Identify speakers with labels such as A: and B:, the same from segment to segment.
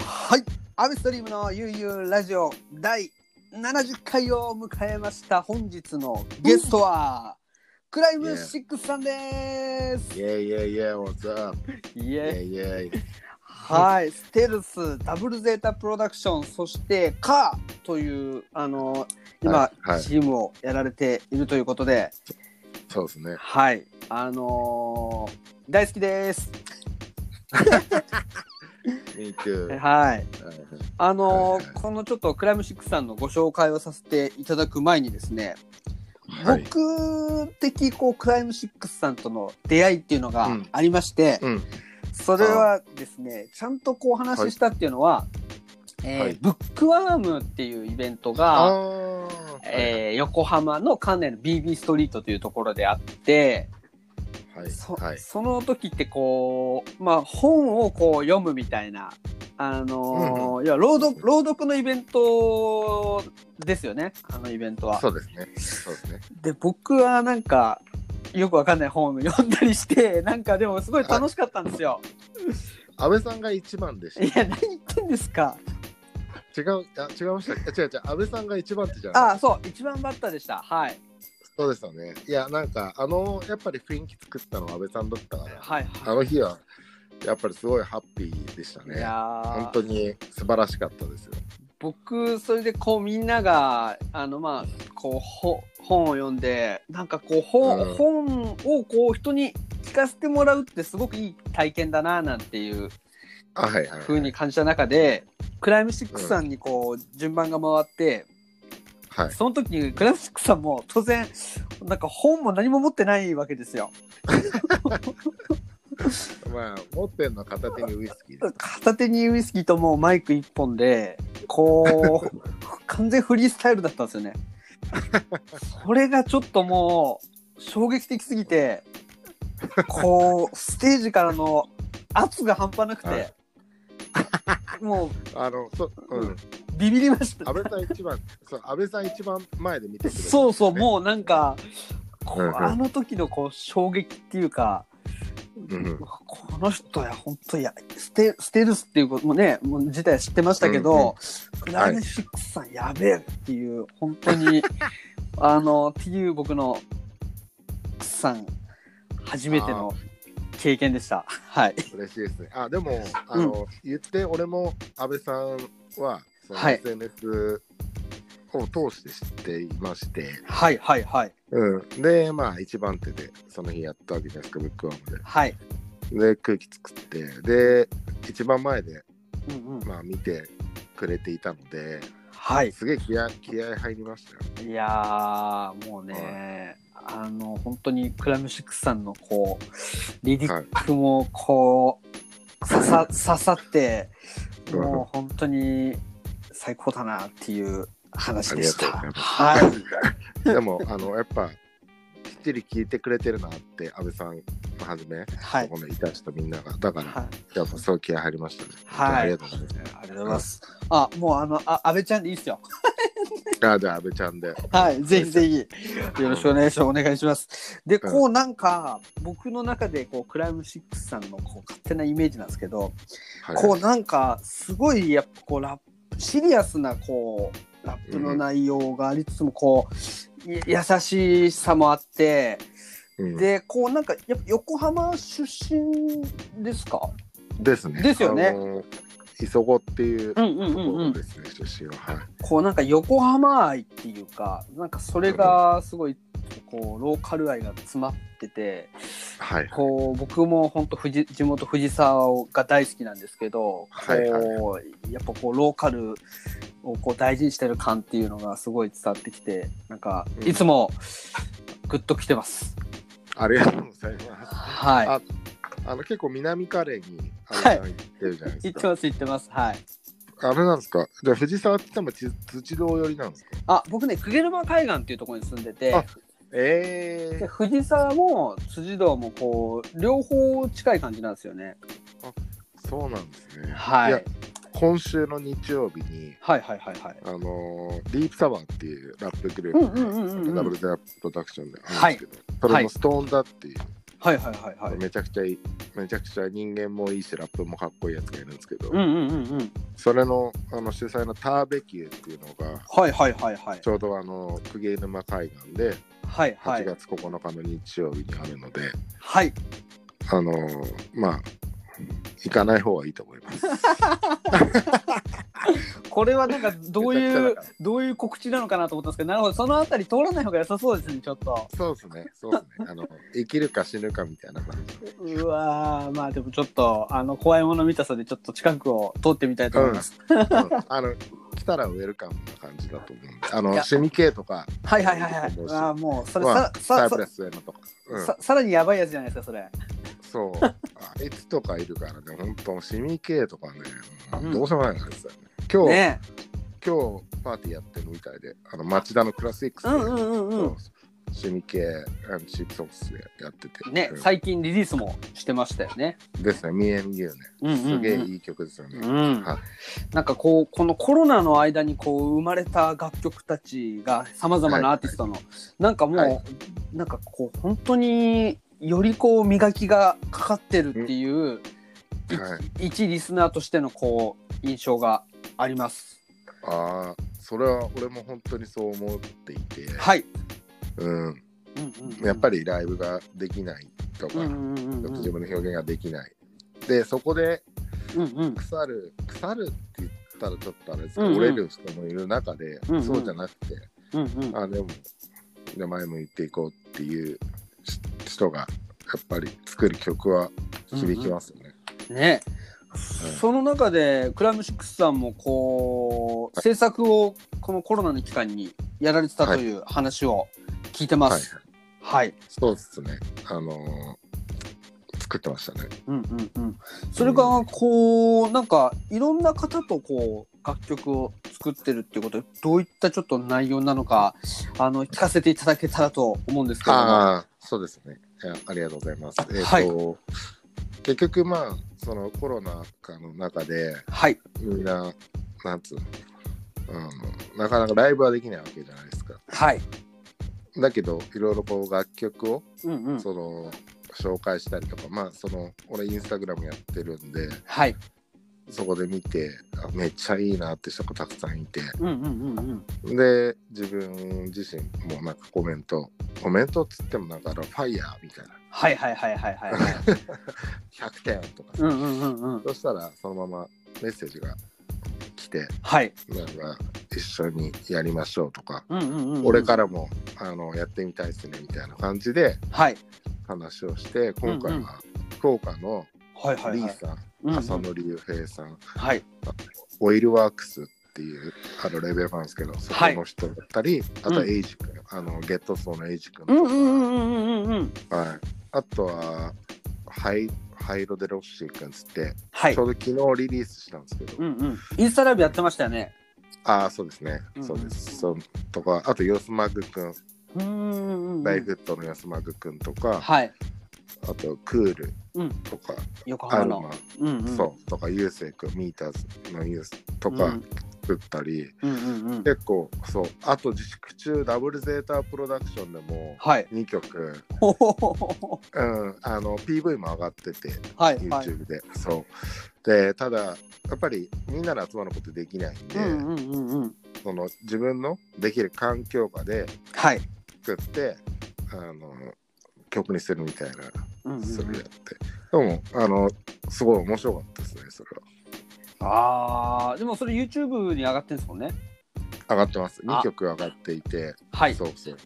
A: はい、アメストリームのゆうゆうラジオ第70回を迎えました。本日のゲストは、クライムシックスさんです。
B: Yeah, yeah, yeah. What's up?
A: イ
B: Yeah,
A: エ
B: yeah.
A: はい、ステルス、ダブルゼータプロダクション、そしてカーという、あの、今
B: は、いはい
A: チームをやられているということで、
B: そうですね。
A: はい、あのー大好きです。
B: Me too. はい
A: はい。
B: はい
A: あのー
B: はいはい
A: このちょっとクライムシックスさんのご紹介をさせていただく前にですね、
B: はい
A: 僕的こうクライムシックスさんとの出会いっていうのが
B: うん
A: ありまして、
B: うん。
A: それはですねちゃんとこうお話ししたっていうのは、えー
B: はい
A: ブックワームっていうイベント
B: あ
A: が、
B: ー
A: えー横浜の関連の BB ストリートというところであって、
B: はい
A: そ
B: はい。
A: その時ってこう、まあ、本をこう読むみたいな、あのーいや朗読朗読のイベントですよねあのイベントは。
B: そうですね。そうですね。
A: で僕はなんかよくわかんない本を読んだりして なんかでもすごい楽しかったんですよ。
B: 安倍さんが一番でし
A: いや何言ってんですか
B: た。違う、あ、違いましたっけ。違う違う。安倍さんが一番ってじゃない。
A: ああそう一番バッターでしたはい
B: そうですよね。いや、なんか、あの、やっぱり雰囲気作ったのは安倍さんだったから。
A: はい
B: あ
A: は
B: の日は、やっぱりすごいハッピーでした
A: い。い
B: ね。
A: や
B: 本当
A: ー
B: に素晴らしかったですよ。
A: 僕それでこうみんながあのまあこうほ本を読んでなんかこう本,、
B: うん
A: 本をこう人に聞かせてもらうってすごくいい体験だななんていう
B: あ、はいはいはい。
A: 風に感じた中で、クライムシックスさんにこう順番が回って、
B: はい。
A: その時にクラシックさんも当然なんか本も何も持ってないわけですよ。
B: まあ、持ってんの片手にウイスキーで
A: 片手にウイスキーともうマイク一本でこ う完全フリースタイルだったんですよね。それがちょっともう衝撃的すぎてこうステージからの圧が半端なくて、
B: はい
A: も
B: す。あの、そうん。
A: うビビりました。
B: 安倍さん一番、そう、安倍さん一番前で見てくれてる、
A: そうそう、
B: う、
A: もうなんか、こう
B: うんうん
A: あの時のこう衝撃っていうか、
B: んうん
A: この人や、本当や、ステステルスっていうこともね、もう自体は知ってましたけど、
B: うんうん
A: クライネシックスさんやべえっていう、本当に、あの、っていう僕の、さん、初めての経験でした。はい。
B: 嬉しいですね。あ、でも、あの、言って、俺も安倍さんは、その
A: はい
B: SNS を通して知っていまして、
A: はい、はい、はい。
B: うん。で、まあ、一番手で、その日やったわけじゃないですか、ブックワーム
A: はい。
B: で。で、空気作って、で、一番前で、
A: うんうん。
B: まあ、見てくれていたので、
A: はい。
B: すげえ気合気合入りましたよ。
A: いやーもうね、あの本当にクラムシックスさんのこうリリックもこう、刺 さ刺さって
B: うん
A: もう本当に最高だなっていう話でした。
B: ありがとうございます
A: はい、
B: でも、あの、やっぱ、きっちり聞いてくれてるなって、安倍さんはじめ、
A: はい
B: ここにいた人みんなが、だから、
A: はい、
B: やっぱそう気合入りましたね。
A: はい
B: ありがとうございます。
A: ありがとうございます。あもうあのあ安倍ちゃんでいいっすよ。
B: あ、じゃあ、安倍ちゃんで。
A: はい、ぜひぜひよろしくお願いします。お願いします。で、こうなんか僕の中でこうクラムシックスさんのこう勝手なイメージなんですけど、
B: はい、
A: こうなんかすごいやっぱこうラップシリアスなこうラップの内容がありつつもこう、い優しさもあって
B: うん、で
A: でこうなんかやっぱ横浜出身ですか
B: すね。
A: ですよね
B: あの磯子っていうと
A: んうん
B: ころですね、出身は。はい。
A: こうなんか横浜愛っていうかなんかそれがすごいこうローカル愛が詰まってて
B: はい。
A: こう僕も本当藤地元藤沢が大好きなんですけど、
B: はいはい
A: こうやっぱこうローカルをこう大事にしてる感っていうのがすごい伝わってきてなんか
B: うん
A: いつもグッときてます。
B: ありがとうございます。
A: はい。
B: ああの結構南カレーに安
A: は
B: 倍
A: い
B: さん行ってるじゃないで
A: 言って
B: すか。
A: ます言ってます。はい。
B: あれなんですかじゃあ藤沢って言ってもち土堂寄りなんですか
A: あ僕ね久下沼海岸っていうところに住んでて
B: あ。え
A: で藤沢も辻堂もこう両方近い感じなんですよね。
B: ー、そうなんですね。
A: はいい。
B: や今週の日曜日に、
A: はいはいはいはい。
B: あのーディープサワーっていうラップグル
A: うん
B: ー
A: うんうんう
B: プ
A: んう
B: ダブ
A: ん。
B: ルゼアプロダクションであるんですけど、それのストーンだっていう
A: はいはいはいはい。
B: めちゃくちゃいいめちゃくちゃ人間もいいしラップもかっこいいやつがいるんですけど、
A: うんうんうんうん。
B: それのあの主催のターベキエっていうのが
A: はいはいはいはい
B: ち。ょうどあの鵠沼海岸で
A: はいは
B: 8
A: い。
B: 月9日の日曜日にあるので、
A: はい。
B: あのまあ行かない方がいいと思い ます。
A: これはなんかどういう
B: めちゃくちゃだから
A: どういう告知なのかなと思ったんですけど、なるほどそのあたり通らない方が良さそうですねちょっと。
B: そうですね、そうですね。あの生きるか死ぬかみたいな感じ。
A: うわーまあでもちょっとあの怖いもの見たさでちょっと近くを通ってみたいと思います。
B: うん あの来たらウェルカムな感じだと思うんで、あ
A: い
B: の
A: や
B: シミ系とか、
A: はいはいはいはい
B: いいと思。うし
A: あーもうそれ
B: ま
A: さ
B: あ、サ
A: さ
B: イプ
A: さ
B: レス上のとか、うん、
A: ささらにやばいやつじゃないですかそれ。
B: そうあいつとかいるからね、本当シミ系とかね、
A: うん
B: どうしようもないですよね。今日、
A: ね。
B: 今日パーティーやってるみたいで、あの町田のクラシックス
A: う
B: で、
A: んうんうんう
B: そうシミ系あのシックソックスでやってて、
A: ん。ね
B: うん
A: 最近リリースもしてましたよね。
B: ですね、ミエミユね、
A: うんうんうん
B: すげえいい曲ですよね。
A: うん
B: はい
A: なんかこうこのコロナの間にこう生まれた楽曲たちがさまざまなアーティストの、なんかもう、
B: はい
A: なんかこう本当によりこう磨きがかかってるっていう、い
B: は
A: 一リスナーとしてのこう印象があります。
B: ああ、それは俺も本当にそう思っていて、
A: はい、
B: うん、
A: うんうんうん
B: やっぱりライブができないとか、
A: うんうんうんう
B: ちょっと
A: ん
B: 自分の表現ができない。で、そこで
A: うんうん
B: 腐る、腐るって言ったらちょっとあれですけ
A: う
B: ど、
A: んうん
B: 折れる人もいる中で、
A: うんうん
B: そうじゃなくて、
A: うんうん
B: あでも、じゃあ前向いていこうっていうし人が、やっぱり作る曲は響きますよね。
A: ね、その中でクライムシックスさんもこう制作をこのコロナの期間にやられてたという話を聞いてま
B: はい、
A: す。はい、
B: そうですね。あのー作ってましたね。
A: うんうんうん、それがこうなんかいろんな方とこう楽曲を作ってるっていうことでどういったちょっと内容なのかあの聞かせていただけたらと思うんですけれども。
B: ああ、そうですね。いやありがとうございます。えっ、
A: はい
B: と、結局まあ、そのコロナ禍の中で、
A: はい、
B: みんな、なんつうの、うん、なかなかライブはできないわけじゃないですか。
A: はい、
B: だけど、いろいろこう楽曲を、
A: うんうん、
B: その、紹介したりとか、まあ、その、俺、インスタグラムやってるんで、
A: はい、
B: そこで見て、あめっちゃいいなって人がたくさんいて、
A: うんうんうんうん、
B: で、自分自身もなんかコメント、コメントっつってもなんかあの、ファイヤーみたいな、
A: はいはいはいはい はいはい、
B: 100点とかさ、
A: うんうんうんうん、
B: そしたら、そのままメッセージが来て、
A: はい、
B: なんか、一緒にやりましょうとか、
A: うんうんうんうん、
B: 俺からもあのやってみたいですねみたいな感じで
A: はい、
B: 話をして今回
A: うんうん
B: は福岡の
A: はいはい
B: リ
A: は
B: ー
A: い、
B: さん、
A: うんうん
B: 浅野隆平さん
A: はい、
B: オイルワークスっていうあのレベルなんですけどそこの人だったり、あとはエイジ君、あのゲットソーのエイジ君
A: うん
B: と
A: うん
B: か、
A: うんうんうんうん、
B: はい、あとはハイハイロデロッシー君つって、
A: はい
B: ちょ、うど昨日リリースしたんですけど、
A: うんうん、インスタライブやってましたよね。
B: ああそうですね、
A: うんうん
B: そうですそんとかあとヨスマグ君
A: うんうんうんうん、
B: ライフットのヨスマグ君とか、
A: はい、
B: あとクール
A: うん
B: とか、
A: 横
B: ア
A: 浜
B: ル
A: の
B: マ、、
A: うんうん、
B: そうとかユーセイ君ミーターズのユースとか
A: うん
B: 作ったり、
A: うんうんうん、
B: 結構そうあと自粛中ダブルゼータプロダクションでも
A: はい。
B: 2曲、
A: ほほほほ
B: うん、あの PV も上がってて
A: はいはい。
B: YouTube で、そうでただやっぱりみんなで集まることできないんで、
A: うんうんうんうん。
B: その自分のできる環境下で
A: はい。
B: 作ってあの曲にするみたいな
A: うんうんうん
B: それやって、でもあのすごい面白かったですねそれは。
A: ああ、でもそれ YouTube に上がってんですもんね。
B: 上がってます。
A: あ
B: 2曲上がっていて、
A: はい。
B: そうそう。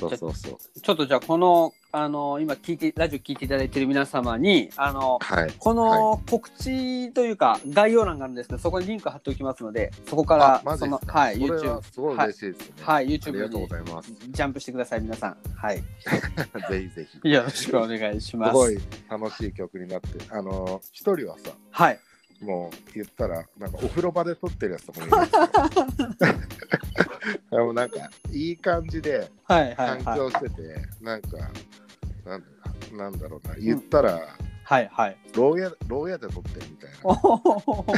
B: そうそうそう。
A: ちょっとじゃあこのあの今聞いてラジオ聞いていただいてる皆様にあの
B: はい。
A: この告知というか概要欄があるんですけど、そこにリンク貼っておきますので、そこから
B: あマジ
A: そ
B: です
A: の
B: か
A: はい
B: それ
A: YouTube
B: はすごい嬉しいですね。
A: はい YouTube
B: ありがとうご
A: に
B: ざいます。
A: ジャンプしてください皆さん。はい。
B: ぜひぜひ。
A: よろしくお願いしますす。
B: ごい楽しい曲になって、あのー、一人はさ、
A: はい。
B: もう言ったら、なんかお風呂場で撮ってるやつとかもいるん ですよでもなんか、いい感じで
A: はいは
B: 反
A: いはい。
B: 響してて、なんか、なんなんだろうな、言ったら、
A: はいはい。
B: 牢屋牢屋で撮ってるみたいな。
A: おほほほほ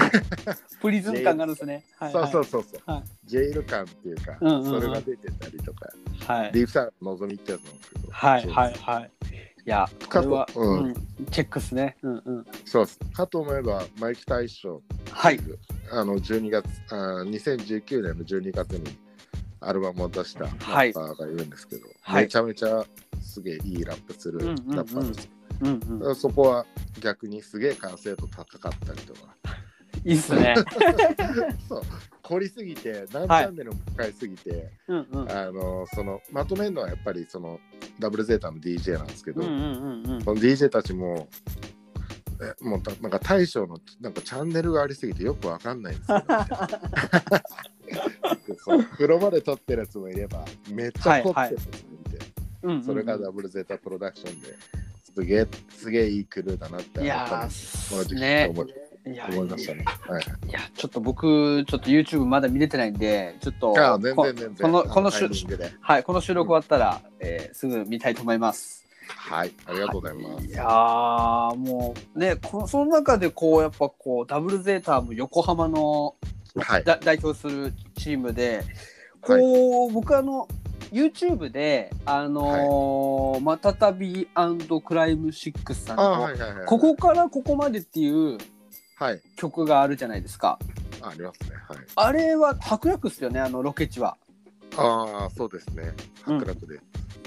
A: プリズム感があるんですね。はい
B: そ
A: は
B: う
A: い
B: そうそうそう、
A: はい
B: ジェイル感っていうか、
A: うんうんうん
B: それが出てたりとか、
A: はい。
B: リーフさんのぞみってやつなんですけど、
A: はいはいはい。いや、こ
B: 過
A: れ
B: 去
A: は、
B: う
A: うんん、チェックっすね。うんうん。
B: そうです。かと思えば、マイク大賞
A: はい。
B: あの12月あー2019年の12月にアルバムを出したラ
A: はい
B: ッパーがいるんですけど、
A: はい
B: めちゃめちゃすげえいいラップする
A: うんう
B: ラ
A: んうん
B: ッパーです、
A: うんうん。
B: そこは逆にすげえ完成度高かったりとか
A: いいっす ね。
B: そう凝りすぎて何チャンネルも使いすぎて、
A: うんうん。
B: あのそのまとめるのはやっぱりそのダブルゼータの DJ なんですけど、
A: うんうんうんうん。
B: その DJ たちもえもうたなんか大将のなんかチャンネルがありすぎてよくわかんないんですよ、ね。でそう風呂場で撮ってるやつもいればめっちゃ凝ってるやつもいて、
A: うんうんうん
B: それがダブルゼータプロダクションですげえすげえいいクルーだなって
A: いや
B: 改めて
A: ー、
B: この時期
A: ね。
B: 思い
A: いや、
B: 思いましたね。はい、
A: いや、ちょっと僕、ちょっと YouTube まだ見れてないんで、ちょっと、
B: ああ全然
A: こ
B: 全然
A: この、
B: あ
A: この
B: タ
A: し
B: イミングで
A: はい、この収録終わったら、えーすぐ見たいと思います。
B: はいありがとうございます。
A: いやー、もう、ね、この、その中で、こう、やっぱ、こう、ダブルゼータも横浜の、
B: はい
A: だ代表するチームで、こう、僕あの、YouTube で、あのーまたたびクライムシックスさん
B: あ
A: の、
B: はいはいはい
A: ここからここまでっていう
B: はい
A: 曲があるじゃないですか。
B: あありますねはい
A: あれは白楽っすよね、あのロケ地は。
B: ああそうですね白楽で、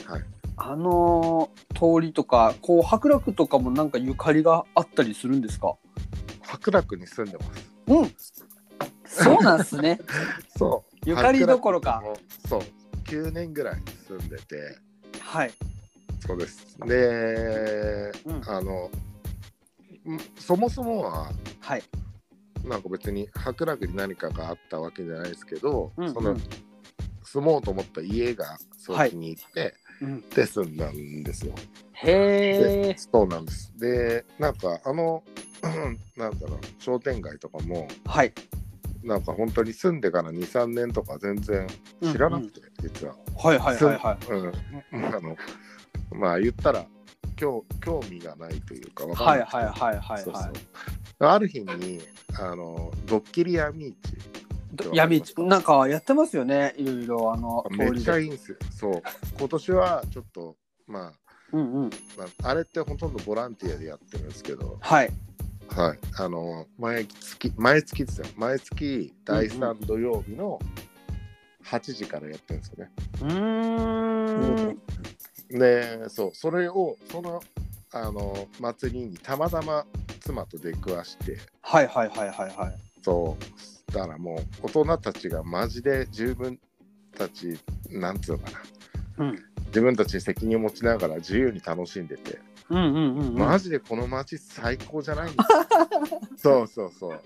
B: はい
A: あのー通りとか、こう、白楽とかもなんかゆかりがあったりするんですか
B: 白楽に住んでます。
A: うん。そうなんす ね。
B: そう。
A: ゆかりどころか。
B: 白楽も。そう。9年ぐらい住んでて。
A: はい。
B: そうです。で、
A: うん
B: あの、んそもそもは、
A: はい。
B: なんか別に白楽に何かがあったわけじゃないですけど、
A: うん
B: そうの
A: ん
B: 住もうと思った家がそう気に入って、
A: うん、
B: で住んだんですよ。
A: へえ
B: で。そうなんです。で、なんかあの、 うんなんだろう、商店街とかも、
A: はい。
B: なんか本当に住んでから2、3年とか全然知らなくて、実は。
A: はいはいはいはい。
B: うん、あのまあ言ったら興興味がないというかわかん
A: はい
B: な
A: はいはいはい
B: そう
A: は
B: そ。
A: いう
B: ある日にあのドッキリ闇市
A: ど闇市なんかやってますよねいろいろあの
B: め
A: 通
B: っ
A: り
B: ちゃ
A: で
B: いいんですよそう今年はちょっとま
A: うんうん
B: あなあれってほとんどボランティアでやってるんですけど、
A: はい
B: はい、あの毎月毎月ですよ毎月第3土曜日の8時からやってるんですよね。
A: うーん
B: でそうそれをそのあの祭りにたまたま妻と出くわして
A: はいはいはいはいはい
B: そうしたらもう大人たちがマジで自分たちなんつうのかな
A: うん
B: 自分たちに責任を持ちながら自由に楽しんでて、
A: うんうんうんうん
B: マジでこの街最高じゃないんだ そうそうそう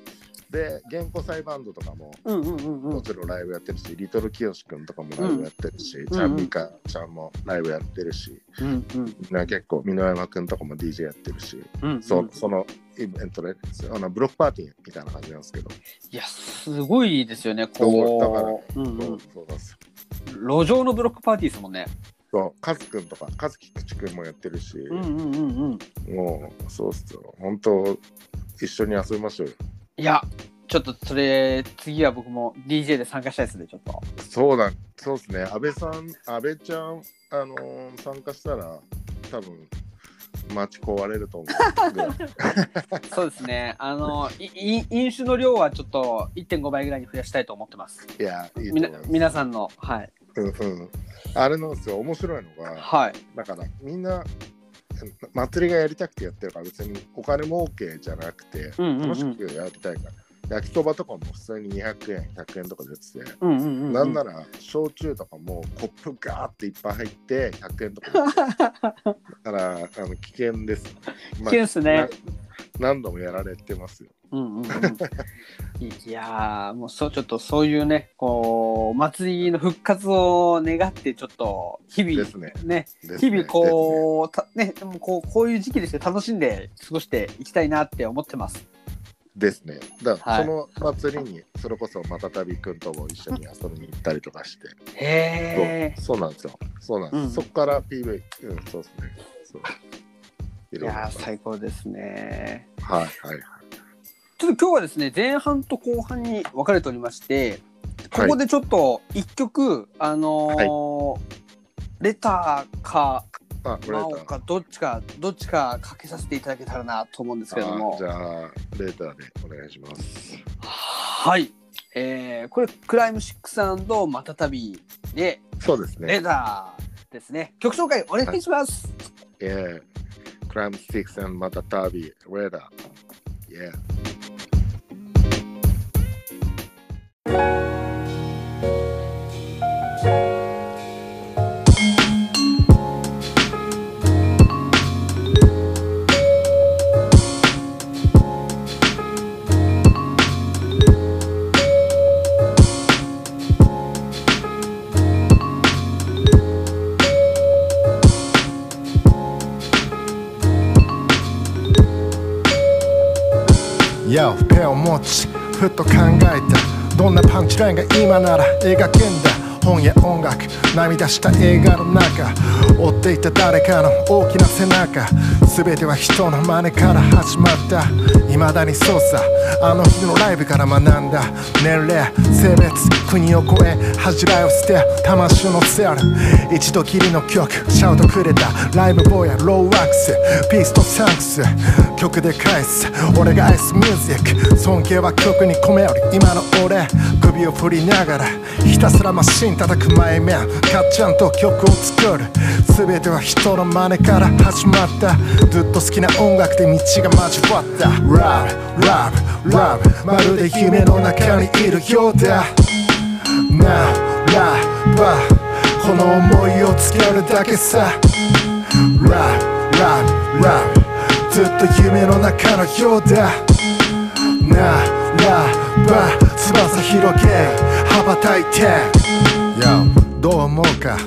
B: で原稿裁バンドとかも
A: うんうんうんう
B: も
A: ん
B: ちろんライブやってるし、リトルきよし君とかもライブやってるし、ちゃんみかちゃんもライブやってるし、
A: うんうん
B: みんな結構、箕山君とかも DJ やってるし、
A: うん
B: そう、そのイベントで、あのブロックパーティーみたいな感じなんですけど、
A: いやすごいですよね
B: だから
A: こううん
B: そううんそうなんですよ
A: 路上のブロックパーティーですもんね
B: そう、カズ君とか、カズキクチ君もやってるし、
A: うんうんうんうん
B: もう、そうっすよ、本当、一緒に遊びましょうよ。
A: いやちょっとそれ次は僕も DJ で参加したいですねちょっと
B: そうだ、そうっすね、安倍さん、安倍ちゃん、あのー参加したら、多分街壊れると思 うで。
A: そうですねあのいい飲酒の量はちょっと1.5倍ぐらいに増やしたいと思ってます
B: いや、いいと
A: み
B: 思
A: ない
B: ます。
A: 皆さんのはい
B: うんうん、あれなんですよ、面白いのが、
A: はい
B: だからみんな祭りがやりたくてやってるから別にお金儲けじゃなくて
A: うんうんうん
B: 楽しくやりたいから、焼きそばとかも普通に200円100円とかで売ってて、
A: うんうんうんうん
B: なんなら焼酎とかもコップガーっていっぱい入って100円とかで売っててだからあの危険です、
A: 危険っすね
B: な何度もやられてますよ
A: うんうんうんいいやーもうそうちょっとそういうねこう祭りの復活を願ってちょっと日々
B: ですねですね
A: 日々こうたねでもこうこういう時期ですね楽しんで過ごしていきたいなって思ってます。
B: ですねだから
A: はい
B: その祭りにそれこそまたたびくんとも一緒に遊びに行ったりとかして
A: へえ。
B: そうそうなんですよ。そうなんです。
A: うん
B: そこから PV、うん、そうですね。そうい
A: い
B: ろいろ
A: やー最高ですね。
B: はいはい
A: ちょっと今日はですね前半と後半に分かれておりましてここでちょっと一曲、あのーレターか
B: あ、これ
A: まあ
B: レー
A: お
B: ター。
A: かどっちかどっちかかけさせていただけたらなと思うんですけれど
B: あ
A: も
B: じゃあ、レーターでお願いします。
A: はい、えー、これクライムシックスまたたびで
B: そうですね。
A: レザーですね曲紹介お願いします、
B: Yeah. Crime Sticks and またタービー、レーダー。Yeah.
C: やおペンを持ちふっと考えたどんなパンチラインが今なら描けんだ本や音楽涙した映画の中追っていた誰かの大きな背中全ては人の真似から始まった未だにそうさあの日のライブから学んだ年齢性別国を越え恥じらいを捨て魂を乗せる一度きりの曲シャウトくれたライブボーイやローワックスピースとサンクス曲で返す俺が愛すミュージック尊敬は曲に込めより今の俺首を振りながらひたすらマシン叩く前面かっちゃんと曲を作る全ては人の真似から始まったずっと好きな音楽で道が交わったラブラブラブまるで夢の中にいるようだなあラバこの思いをつけるだけさラブラブラブずっと夢の中のようだなあラバ翼広げ羽ばたいて Yo どう思うか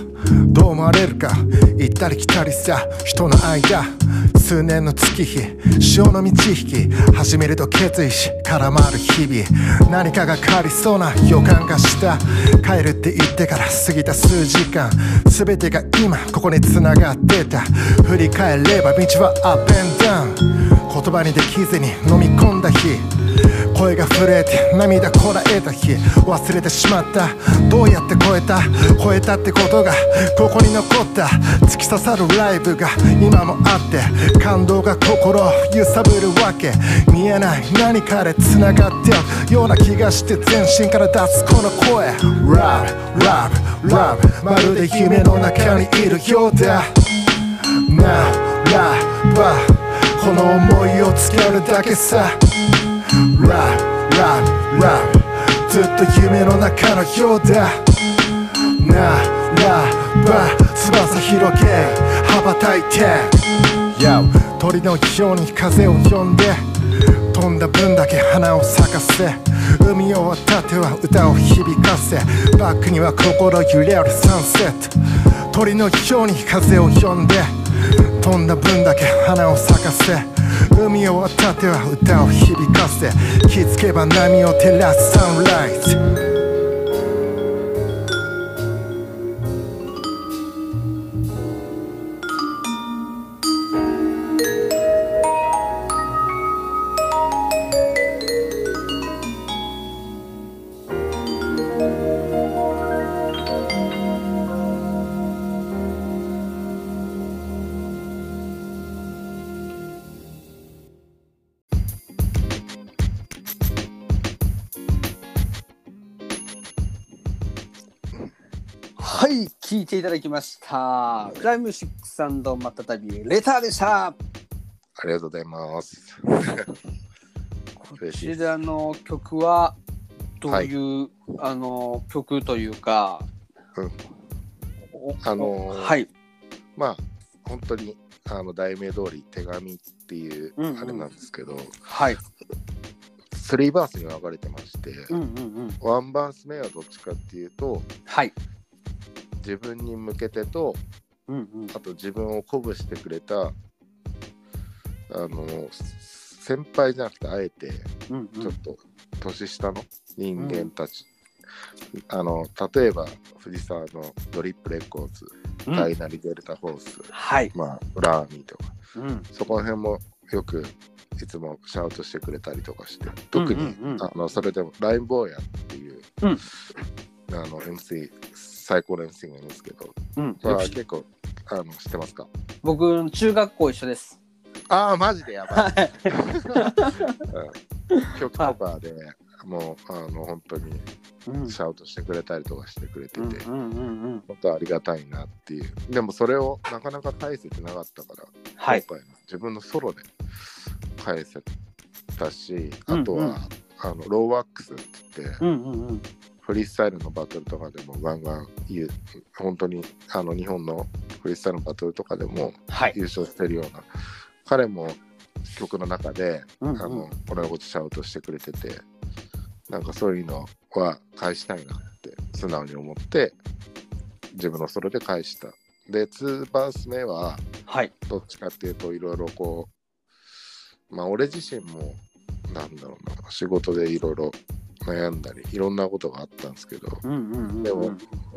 C: どう思われるか行ったり来たりさ人の間数年の月日潮の満ち引き始めると決意し絡まる日々何かが変わりそうな予感がした帰るって言ってから過ぎた数時間全てが今ここに繋がってた振り返れば道はアップダウン言葉にできずに飲み込んだ日声が震えて涙こらえた日忘れてしまったどうやって超えた超えたってことがここに残った突き刺さるライブが今もあって感動が心を揺さぶるわけ見えない何かで繋がってるような気がして全身から出すこの声ラブラブラブまるで夢の中にいるようだなあラバこの思いをつけるだけさラブラブラブずっと夢の中のようだなあラバ翼広げ羽ばたいて Yo 鳥のように風を呼んで飛んだ分だけ花を咲かせ海を渡っては歌を響かせバックには心揺れるサンセット鳥のように風を呼んで飛んだ分だけ花を咲かせ海を渡っては歌を響かせ気づけば波を照らすサンライズ
A: はい聞いていただきましたクライムシックスまたたびレターでした
B: ありがとうございます。
A: こ
B: 嬉しいで
A: ち
B: す
A: らの曲はどういう、あの曲というか、
B: うん
A: お
B: あのー
A: はい
B: まあ、本当に、あの、題名通り、手紙っていう、
A: うんうん
B: あれなんですけど、
A: はい
B: スリーバースに分かれてまして、
A: うんうんうん
B: ワンバース目はどっちかっていうと、
A: はい
B: 自分に向けてと、
A: うんうん
B: あと自分を鼓舞してくれた、あの、先輩じゃなくて、あえて、
A: うんう
B: ちょっ
A: ん
B: と年下の人間たち、あの例えば藤沢のドリップレコーズ、
A: うん
B: ダイナリデルタホース、
A: はい
B: まあ、ラーミーとか
A: うん
B: そこら辺もよくいつもシャウトしてくれたりとかして特に、
A: うんうんうん
B: あのそれでもラインボーヤっていう、
A: うん
B: あの MC 最高の MC がいるんですけど、
A: うん
B: まあ、結構あの知ってますか
A: 僕、中学校一緒です。
B: ああ、マジでや ばい。
A: はい。
B: 曲とかで、もう、あの、本当に
A: うん
B: シャウトしてくれたりとかしてくれてて、
A: うんうんうん。
B: 本当ありがたいなっていう。でもそれをなかなか返せてなかったから、
A: はい。
B: 今回の自分のソロで返せたし、あとは、
A: うんうん
B: あの、ローワックスって言って、
A: うんうんうん。
B: フリースタイルのバトルとかでもガンガン言う、本当にあの日本のフリースタイルのバトルとかでも
A: はい。
B: 優勝してるような、彼も曲の中で、
A: うんうん
B: あの俺のことシャウトしてくれててなんかそういうのは返したいなって素直に思って自分のソロで返したで2バース目は
A: はい。
B: どっちかっていうといろいろこうまあ俺自身もなんだろうな仕事でいろいろ悩んだりいろんなことがあったんですけど
A: うんうんうん。
B: でも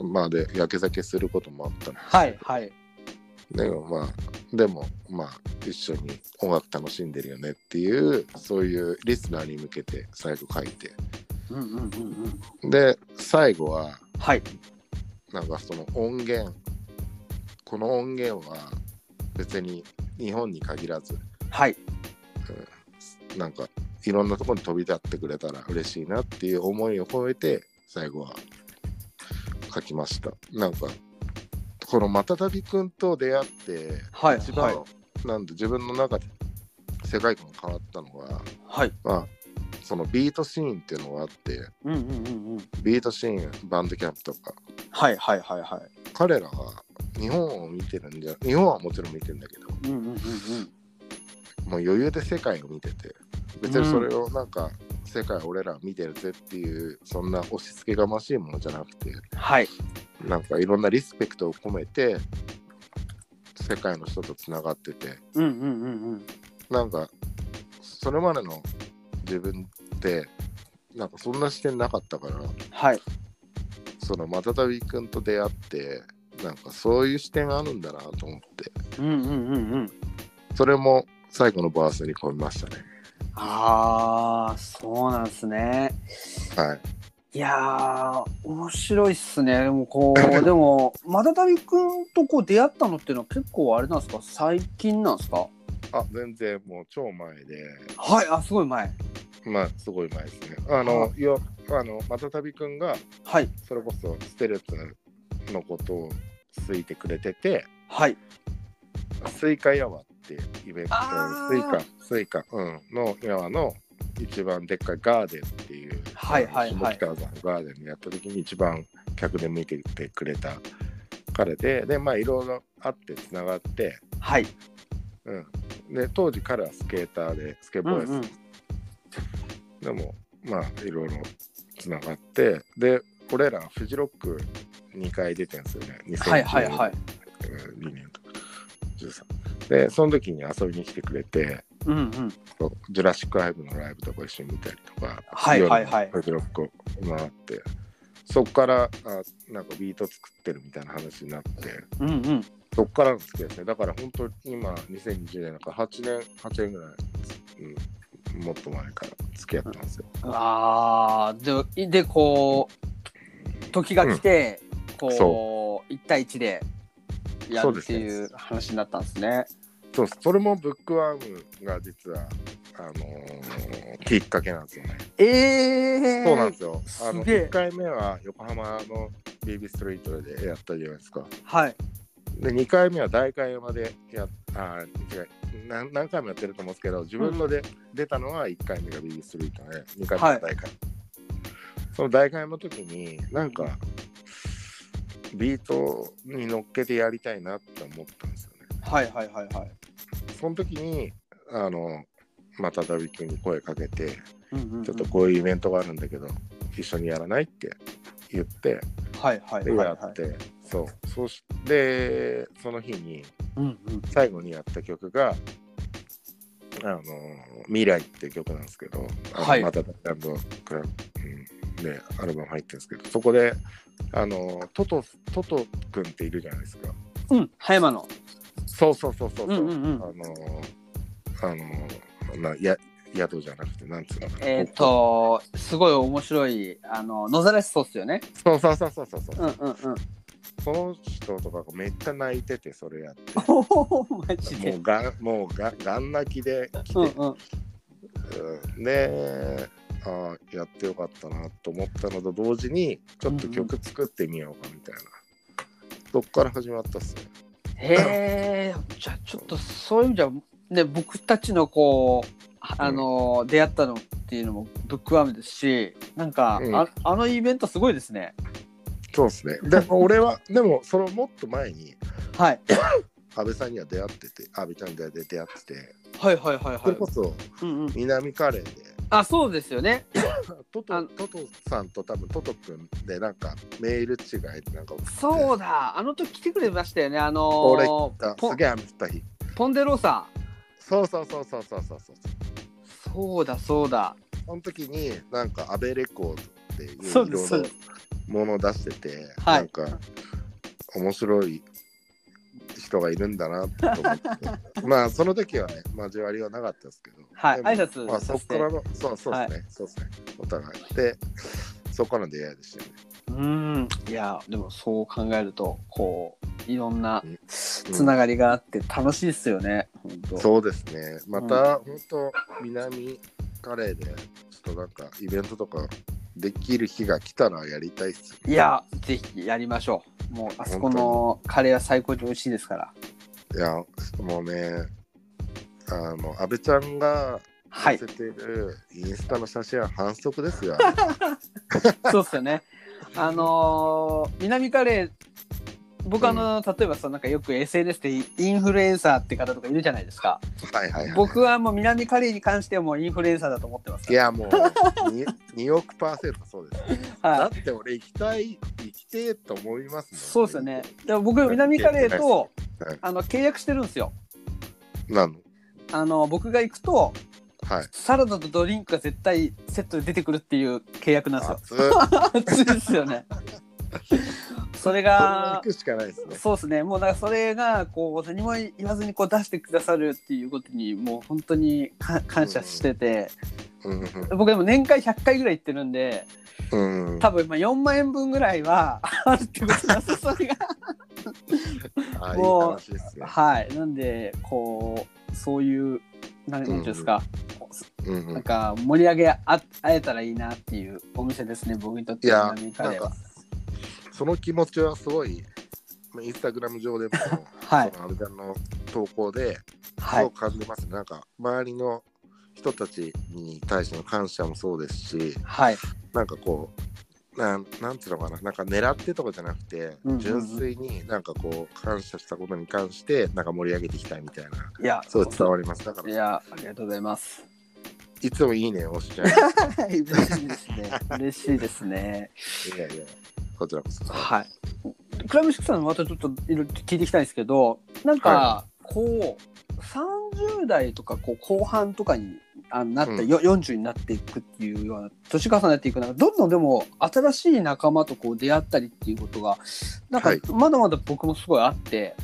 B: まあでやけ酒することもあったんですけど
A: はいはい。
B: でもまあでもまあ一緒に音楽楽しんでるよねっていうそういうリスナーに向けて最後書いて
A: うんうんうんうん。
B: で最後は
A: はい。
B: なんかその音源この音源は別に日本に限らず
A: はい。
B: なんかいろんなところに飛び立ってくれたら嬉しいなっていう思いを込めて最後は書きましたなんかこの「またたびくん」と出会って
A: はい
B: 一
A: はい
B: 番なんで自分の中で世界観が変わったのが
A: はい。
B: まあそのビートシーンっていうのがあって
A: うんうんうんうん。
B: ビートシーンバンドキャンプとか
A: はいはいはいは
B: 彼らは日本を見てるんじゃ日本はもちろん見てるんだけど
A: い。うんうんうんうん。
B: もう余裕で世界を見てて別にそれをなんか、世界俺ら見てるぜっていうそんな押し付けがましいものじゃなくて
A: はい。
B: なんかいろんなリスペクトを込めて世界の人とつながってて
A: うんうんうん
B: なんかそれまでの自分ってなんかそんな視点なかったから
A: うん。はい。
B: そのまたたびくんと出会ってなんかそういう視点があるんだなと思って
A: うんうんうんうん。
B: それも最後のバースに込みましたね
A: ああ、そうなんですね。
B: はい
A: いやー、面白いっすね。でもこ う、でも、まだたびくんとこう出会ったのっていうのは結構あれなんですか最近なんですか
B: あ全然もう超前で
A: はい、あ、すごい前。
B: まあすごい前ですねあのいやあのまたたびくんが
A: はい、
B: それこそステレオツのことを好いてくれてて
A: はい。
B: スイカヤワっていうイベント
A: あー
B: スイカスイカ、うん、のヤワの一番でっかいガーデンっていう、
A: はいはいはい
B: 下北沢のガーデンでやった時に一番客で見ててくれた彼ででまあいろいろあってつながって、
A: はい。
B: うん、で当時彼はスケーターでスケボーです、
A: うんうん
B: でもまあいろいろつながってで俺らフジロック2回出てんですよね
A: はいはいはい。
B: 2年とか13でその時に遊びに来てくれて
A: うんうん。
B: そうジュラシック・ハイブのライブとか一緒に見たりとか、
A: はいはいはい
B: 夜のフジロックを回ってそこからあなんかビート作ってるみたいな話になって
A: うんうん。
B: そこからの付き合いですねだから本当に今2020年なんか8年8年ぐらい、うん、もっと前から付き合ったんですよ、
A: あーで、で、こう、時が来て、こう、1対1でやるって
B: そう
A: い
B: で
A: う
B: す
A: 話になったんですね。
B: そうですそれもブックワームが実はあのーきっかけなんですよね
A: ええー。
B: そうなんですよ。あの
A: すげえ
B: 1回目は横浜のビービーストリートでやったじゃないですか。
A: はい。
B: で2回目は大会山でやっあー違う何何回もやってると思うんですけど自分ので、出たのは1回目がビービーストリートで2回目が大会、その大会の時になんかビートに乗っけてやりたいなって思ったんですよね。
A: はいはいはいはい。
B: その時にあのまたダビ君に声かけて、
A: うんうんうん
B: ちょっとこういうイベントがあるんだけど、一緒にやらないって言って、
A: はいはい
B: で、
A: はい
B: や
A: は
B: っ
A: い。
B: て、そう。そして、その日に、
A: うんうん。
B: 最後にやった曲が、あの、未来っていう曲なんですけど、あの
A: はい
B: またダンドクラブ、うん、で、アルバム入ってるんですけど、そこで、あの、トト、トト君っているじゃないですか。
A: うん、葉山の。
B: そうそうそうそう。
A: う
B: うん
A: うんうん。
B: あの、あの、なや宿じゃなくて、なんつうのかな。
A: えーっ、と、すごい面白い、あの、野ざらしそうっすよね。
B: そうそうそうそうそう。
A: うんうんうん。
B: その人とかがめっちゃ泣いててそれやって
A: おおマジ
B: も
A: で
B: うがもうががん泣きで来て、
A: うんうん
B: うんであーやってよかったなと思ったのと同時にちょっと曲作ってみようかみたいな、そっから始まったっすね
A: へえじゃあちょっとそういう意味じゃね僕たちのこうあの、出会ったのっていうのもブックワームですしなんか、
B: うん
A: ああのイベントすごいですね
B: そうですねでも俺はでもそのもっと前に
A: はい
B: 安倍さんには出会ってて安倍ちゃんで出会ってて
A: はいはいはいは
B: それ
A: い
B: こ、そ
A: うんうん、
B: 南カレーで
A: あそうですよね
B: トト
A: あ
B: トトさんと多分トト君でなんかメール違いでなんか
A: そううだあの時来てくれましたよねあのーポ
B: すげえ雨降った日
A: ポンデローさん
B: そうそうそうそうそうそう
A: そ
B: そう
A: うだそうだ
B: その時になんか安倍レコードっていう
A: そ
B: 色
A: うですそう
B: の
A: です
B: ものを出してて、
A: はい
B: なんか面白い人がいるんだなと思 ってまあその時はね交わりはなかったですけど、
A: はい
B: でも
A: 挨拶
B: まあ、そ
A: さ
B: こ
A: せて
B: からのそうそうですね、そうですねお互いでそこからの出会いでしたよね
A: うんいやでもそう考えるとこういろんな
B: うん
A: つながりがあって楽しいっすよね、本当
B: そうですね。また、本当南カレーで、ちょっとなんか、イベントとか、できる日が来たらやりたいっす、
A: いやぜひやりましょうもうあそこのカレーは最高に美味しいですから
B: いや、もうね、あの、安倍ちゃんが
A: は
B: 載
A: い
B: せてるインスタの写真は反則で すよ。
A: そうっすよねあのー南カレー僕あの、例えばさなんかよく SNS でインフルエンサーって方とかいるじゃないですか
B: はいはいはい。
A: 僕はもう南カレーに関してはもうインフルエンサーだと思ってますか
B: い
A: ら
B: や、もう2、2億 パーセントそうです。
A: はい
B: だって俺、行きたい、行きてえと思いますもん
A: そうですよね。でも僕南カレーと
B: はい
A: あの契約してるんですよ。
B: なの
A: あの僕が行くと
B: はい。
A: サラダとドリンクが絶対セットで出てくるっていう契約なんですよ。熱
B: 熱い。それは
A: いですよね。それ
B: 行
A: が
B: くしかないですね。
A: そうですね。もうなんかそれがこう何も言わずにこう出してくださるっていうことにもう本当にか感謝してて、
B: うんうん
A: 僕でも年間100回ぐらい行ってるんで、
B: うんうん。
A: 多分まあ4万円分ぐらいはあるってことなんです。それが
B: あいい
A: もう
B: 話ですね。
A: はい、なんでこうそういう何ていうんですか、
B: うんうん
A: なんか盛り上げああえたらいいなっていうお店ですね僕にとって
B: いや
A: は南カレーは
B: その気持ちはすごい、まあインスタグラム上でも、
A: はい
B: そのアルちゃんの投稿で、
A: は
B: そう
A: い
B: 感じますね。なんか、周りの人たちに対しての感謝もそうですし、
A: はい
B: なんかこう、なんなんつうのかな、なんか狙ってとかじゃなくて、
A: うんうん
B: 純粋になんかこう、感謝したことに関して、なんか盛り上げていきたいみたいな、
A: いや
B: そう伝わります。だか
A: い
B: ら、
A: やありがとうございます
B: いつもいいねを押し ちゃ
A: 嬉しいです ね嬉しいですね
B: う。いやいや、こちらこそ。
A: はいクラブシックさんまたちょっといろいろ聞いていきたいんですけどなんかこう30代とかこう後半とかにあなって、
B: うん
A: よ40になっていくっていうような年重ねていく中どんどんでも新しい仲間とこう出会ったりっていうことがなんか
B: はい
A: まだまだ僕もすごいあって、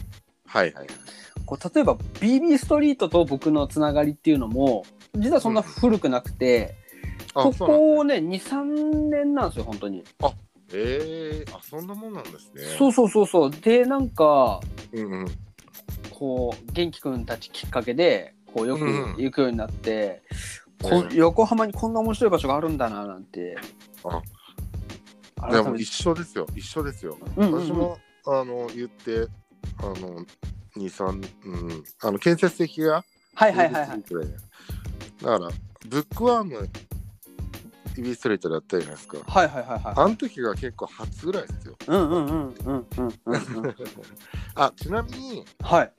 B: はいはいはい。
A: こう例えば BB ストリートと僕のつながりっていうのも実はそんな古くなくて、
B: あ、
A: こ
B: そうなん
A: こをね23年なんですよ本当に、
B: えー、あ、そんなもんなんですね。
A: そうそうそうそうでなんか
B: うんうん。
A: こう元気くんたちきっかけでこうよく
B: うん
A: 行くようになって、こ
B: うん
A: 横浜にこんな面白い場所があるんだななんて
B: あいや
A: 改
B: もう
A: めて
B: 一緒ですよ一緒ですよ、
A: うんうんうん
B: 私もあの言ってあの23うんあの建設的が
A: はいはいはいはい
B: BB ストリートでだからブックワーム TV ストレートでやったじゃないですか
A: はいはいはいはい
B: あの時が結構初ぐらいです よ
A: うんうんうんうんうんうんうん
B: あちなみに
A: はい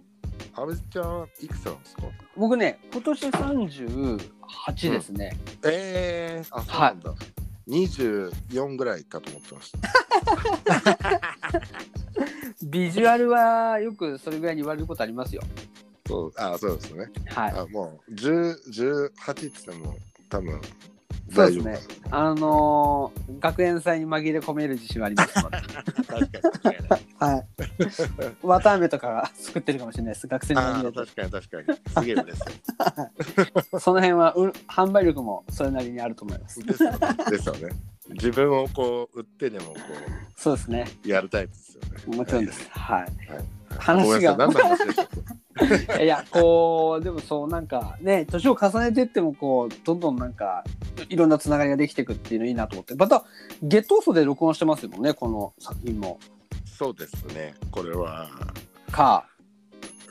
B: 阿部ちゃんいくつなんですか
A: 僕ね今年38ですね、
B: ええー、あそうなんだ、24ぐらいかと思ってました
A: ビジュアルはよくそれぐらいに言われることありますよ。
B: そうあそうですね
A: はい。
B: あもう10 18って言っても多分
A: そうです
B: 夫
A: ね。あのー学園祭に紛れ込める自信はありますので。
B: 確かに。
A: はい。綿あめとかが作ってるかもしれないです。学生に
B: ああ、
A: 紛れ
B: 確かに確かに。すげえです。
A: て。その辺は、う販売力もそれなりにあると思います。
B: ですよね。ですよね。自分をこう、売ってでもこ
A: そうですね。
B: う、やるタイプですよね。
A: もちろんです。はい。
B: ごめ
A: 話
B: んなさい。
A: が
B: 何の話でしたっけ
A: いやこうでもそうなんかね年を重ねてってもこうどんどんなんかいろんなつながりができていくっていうのいいなと思ってまたゲットオフで録音してますもんねこの作品も
B: そうですね。これは、
A: か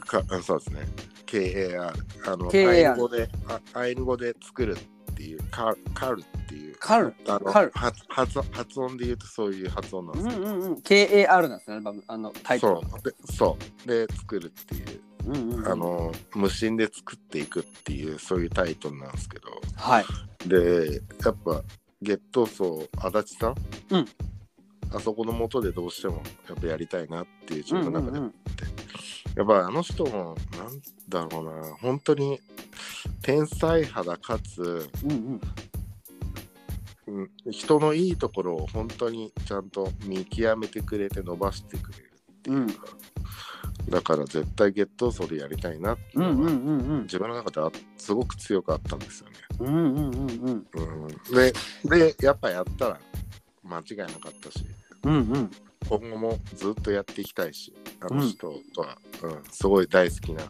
B: かそうですね。KAR。あの、
A: KAR
B: アイヌ語で、あアイヌ語で作るっていう、カカルっていう。
A: カル
B: あの
A: カル
B: 発発音発音で言うとそういう発音なん
A: う
B: で
A: ん
B: すけど、
A: うんうん KAR なんですねアルバムあのタイトル
B: そうでそうで作るっていう、
A: うんうんうん
B: あの無心で作っていくっていうそういうタイトルなんですけど、
A: はい
B: でやっぱゲット層足立さん、
A: うん
B: あそこのもとでどうしてもやっぱやりたいなっていう自
A: うんう
B: 分の
A: ん
B: 中で、
A: うん
B: やっぱあの人もなんだろうな本当に天才肌かつ、
A: うんうん
B: うん、人のいいところを本当にちゃんと見極めてくれて伸ばしてくれるっていうか、だから絶対ゲット層でやりたいなっていううのは、
A: んうんうん
B: 自分の中ではすごく強くあったんですよね。
A: うんうんうんうんうん
B: うん、ででやっぱやったら間違いなかったし
A: うんうん
B: 今後もずっとやっていきたいしあの人とは、うんすごい大好きな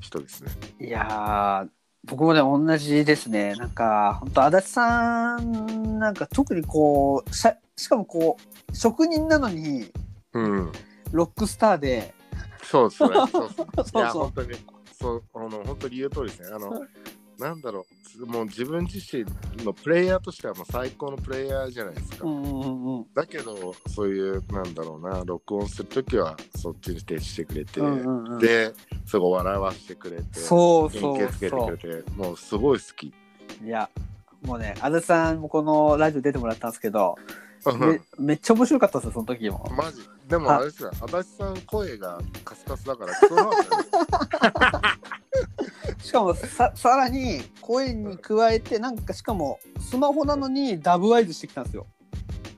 B: 人ですね。
A: いやー僕もね同じですねなんか本当足立さんなんか特にこうしゃしかもこう職人なのに
B: うん、
A: ロックスターで
B: そうですね。そうですね
A: そう
B: い
A: そう
B: や本当にそうあの本当に言う通りですね。あのなんだろうもう自分自身のプレイヤーとしてはもう最高のプレイヤーじゃないですか。
A: うんうんうん
B: だけどそういうなんだろうな録音するときはそっちに徹してくれて、
A: うんうんうん
B: で、すごい笑わせてくれて、
A: そう
B: 元
A: そ
B: 気
A: う
B: つけて
A: そ
B: くれて、もうすごい好き。
A: ういやもうね足立さんもこのラジオ出てもらったんですけどめめっちゃ面白かったですよその時も
B: マジでもあれですよ、足立さん声がカスカスだから、クソなんだよ。
A: しかもささらに声に加えてなんかしかもスマホなのにダブアイズしてきたんですよ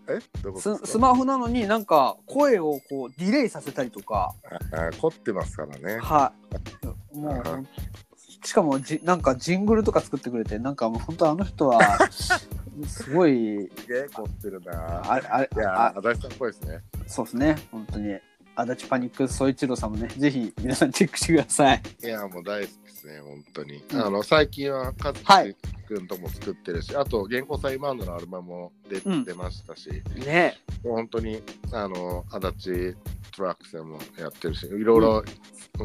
B: えどういうこ
A: ス
B: とです
A: ス
B: か
A: マホなのになんか声をこうディレイさせたりとか
B: あ凝ってますからね。
A: はい。も
B: う
A: う、しかもじ、なんかジングルとか作ってくれて、なんかもう本当あの人は、 すごい、
B: すげえ凝ってるな。
A: あれ、あれ
B: い、や
A: あ、
B: 足立さんっぽいですね。
A: そうですね、本当に。足立パニック総一郎さんもね、ぜひ皆さんチェックしてください。
B: いや、もう大好きですね、本当に。
A: うん
B: あの、最近は、カズ
A: はい
B: くんとも作ってるし、あと、原稿祭バンドのアルバムも出,、
A: うん
B: 出ましたし、
A: ね
B: もう本当に、あの、足立トラックスでもやってるし、いろいろ、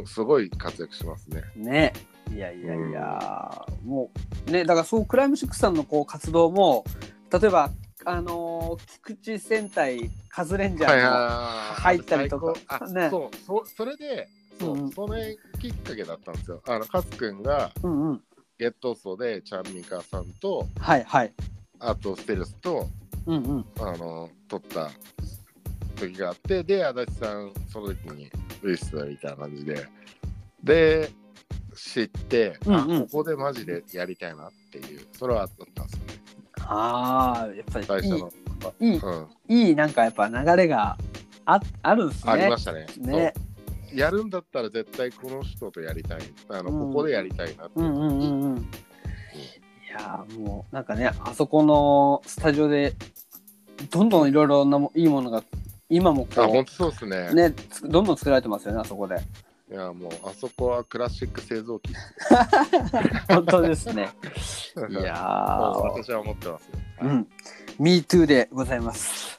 B: すごい活躍しますね。
A: ねいやいやいや、もう、ね、だからそう、クライムシックスさんのこう活動も、例えば、あのー菊池戦隊カズレンジャーの、入
B: 入
A: ったりとか
B: あ、
A: ね
B: そうそそれでそう、
A: うん
B: それきっかけだったんですよあのカズくんが
A: うんうん、
B: ゲットソーでチャンミカさんと
A: はいはい、
B: あとステルスと
A: うんうん、
B: あの撮った時があってで足立さんその時にウイスだみたいな感じでで知って、あ
A: うんうん
B: ここでマジでやりたいなっていうそれはあったんですよね
A: ああ、やっぱり
B: 最初の
A: いい、いい
B: うん、
A: いいなんかやっぱ流れがああるんですね。
B: ありましたね
A: ね。
B: そうやるんだったら絶対この人とやりたいあの、
A: うん
B: ここでやりたいなって
A: う
B: い
A: んうんうんうん。いやーもうなんかねあそこのスタジオでどんどんいろいろなもいいものが今も
B: あ、
A: こ
B: 本当そうですね
A: う。ねつどんどん作られてますよねあそこで。
B: いや、もう、あそこはクラシック製造機。い
A: 本当です ね。いや
B: や、
A: ー
B: 私は思ってますよ。
A: う
B: は
A: ん。MeToo でございます。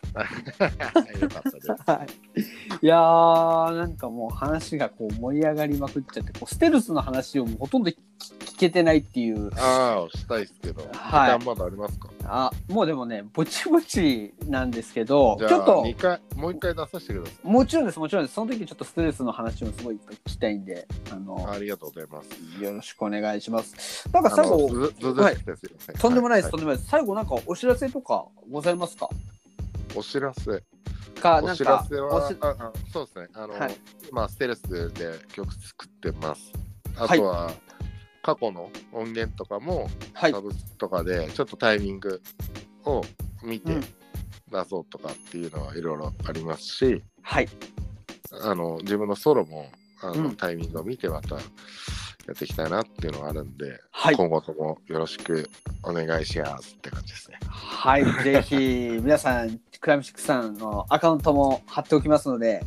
B: い よかったです。
A: いやーなんかもう話がこう盛り上がりまくっちゃってこうステルスの話をもうほとんど聞聞けてないっていう
B: ああ、したいですけど、時
A: はい
B: 間まだありますか。
A: あもうでもねぼちぼちなんですけど
B: じ
A: ち
B: ゃ
A: ょっ
B: あ、
A: と
B: 二回、もう一回出させてくださ
A: もちろんですもちろんですその時ちょっとストレスの話もすごいいっぱい聞きたいんであの、
B: い。ありがとうございます。
A: よろしくお願いしますなんか
B: あ
A: 最
B: の
A: 後
B: ずずずしくてすいません。
A: とんでもないです、
B: は
A: とんでもないです最後なんかお知らせとかございますか
B: お知らせ。
A: かな
B: お
A: ん
B: 知
A: から
B: せ
A: お
B: は
A: し、
B: ああそうですね。あの
A: はい、
B: 今、ステルスで曲作ってます。あとは、過去の音源とかも
A: はい
B: サ。ブとかでちょっとタイミングを見て
A: うん
B: 出そうとかっていうのはいろいろありますし、
A: はい。
B: あの自分のソロもあの、
A: うん
B: タイミングを見てまたやっていきたいなっていうのがあるんで、
A: はい。
B: 今後ともよろしくお願いしますって感じですね。
A: はい。ぜひ、皆さん、クライムシックスさんのアカウントも貼っておきますので、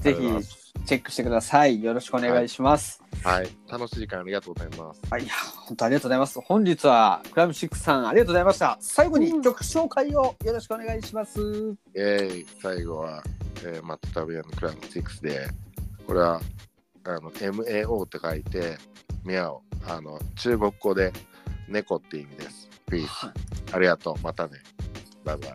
A: ぜひ
B: ありがとうございます
A: チェックしてください。よろしくお願いします。
B: はい、楽しい時間ありがとうございます。
A: はい、いや、本当ありがとうございます。本日はクラムシックスさん、ありがとうございました。最後に曲紹介をよろしくお願いします。
B: イェーイ最後は、えーマット・タビアのクラム6で、これはあの MAO って書いて、ミャオ、あの中国語で猫って意味です。ピース。ありがとう。またね。バイバイ。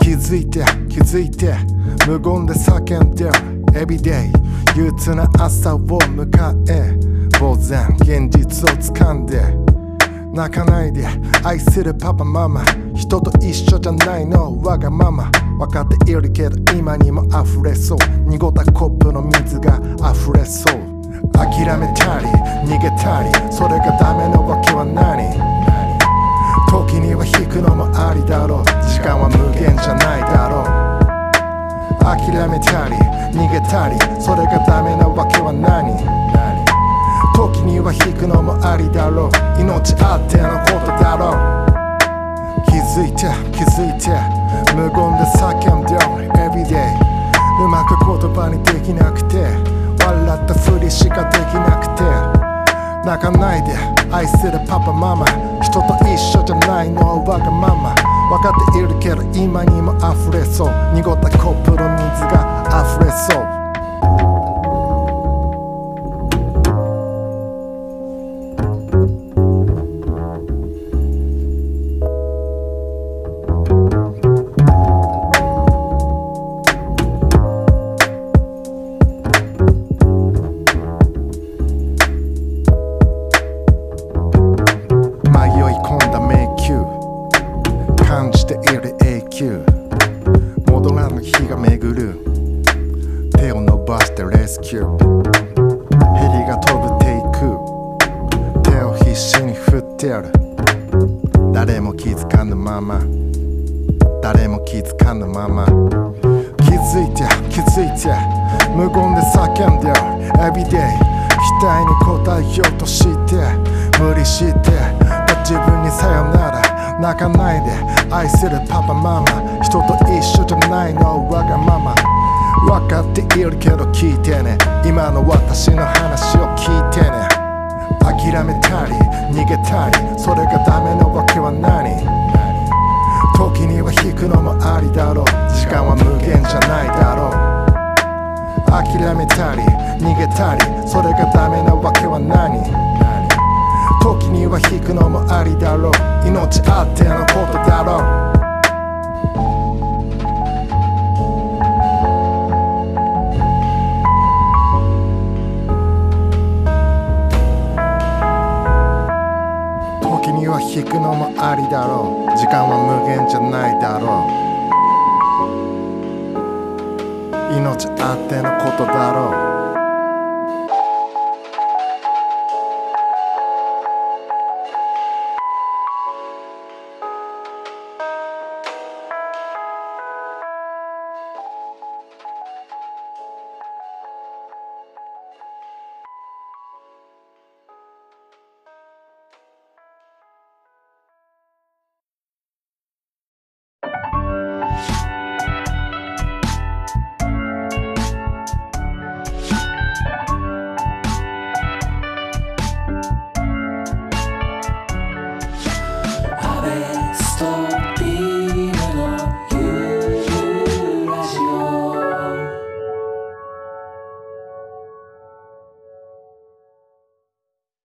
C: 気づいて気づいて無言で叫んでる Everyday 憂鬱な朝を迎え呆然現実を掴んで泣かないで愛するパパママ人と一緒じゃないのわがまま分かっているけど今にも溢れそう濁ったコップの水が溢れそう諦めたり逃げたりそれがダメなわけは何時には引くのもありだろう時間は無限じゃないだろう諦めたり逃げたりそれがダメなわけは何時には引くのもありだろう命あってのことだろう気づいて気づいて無言で叫んでる Everyday うまく言葉にできなくて笑ったふりしかできなくて泣かないで愛するパパママ人と一緒じゃないのはわがまま分かっているけど今にも溢れそう濁ったコップの水が溢れそう迷い込んだ迷宮感じている永久戻らぬ日が巡る手を伸ばしてレスキューヘリが飛ぶていく手を必死に振ってやる誰も気づかぬまま誰も気づかぬまま気づいて気づいて無言で叫んでる Everyday 期待に応えようとして無理してと自分にさよなら泣かないで愛するパパママ人と一緒じゃないのわがまま分かっているけど聞いてね今の私の話を聞いてね諦めたり逃げたりそれがダメなわけは何時には引くのもありだろう時間は無限じゃないだろう諦めたり逃げたりそれがダメなわけは何時には引くのもありだろう命あってのことだろう時には引くのもありだろう時間は無限じゃないだろう命あってのことだろう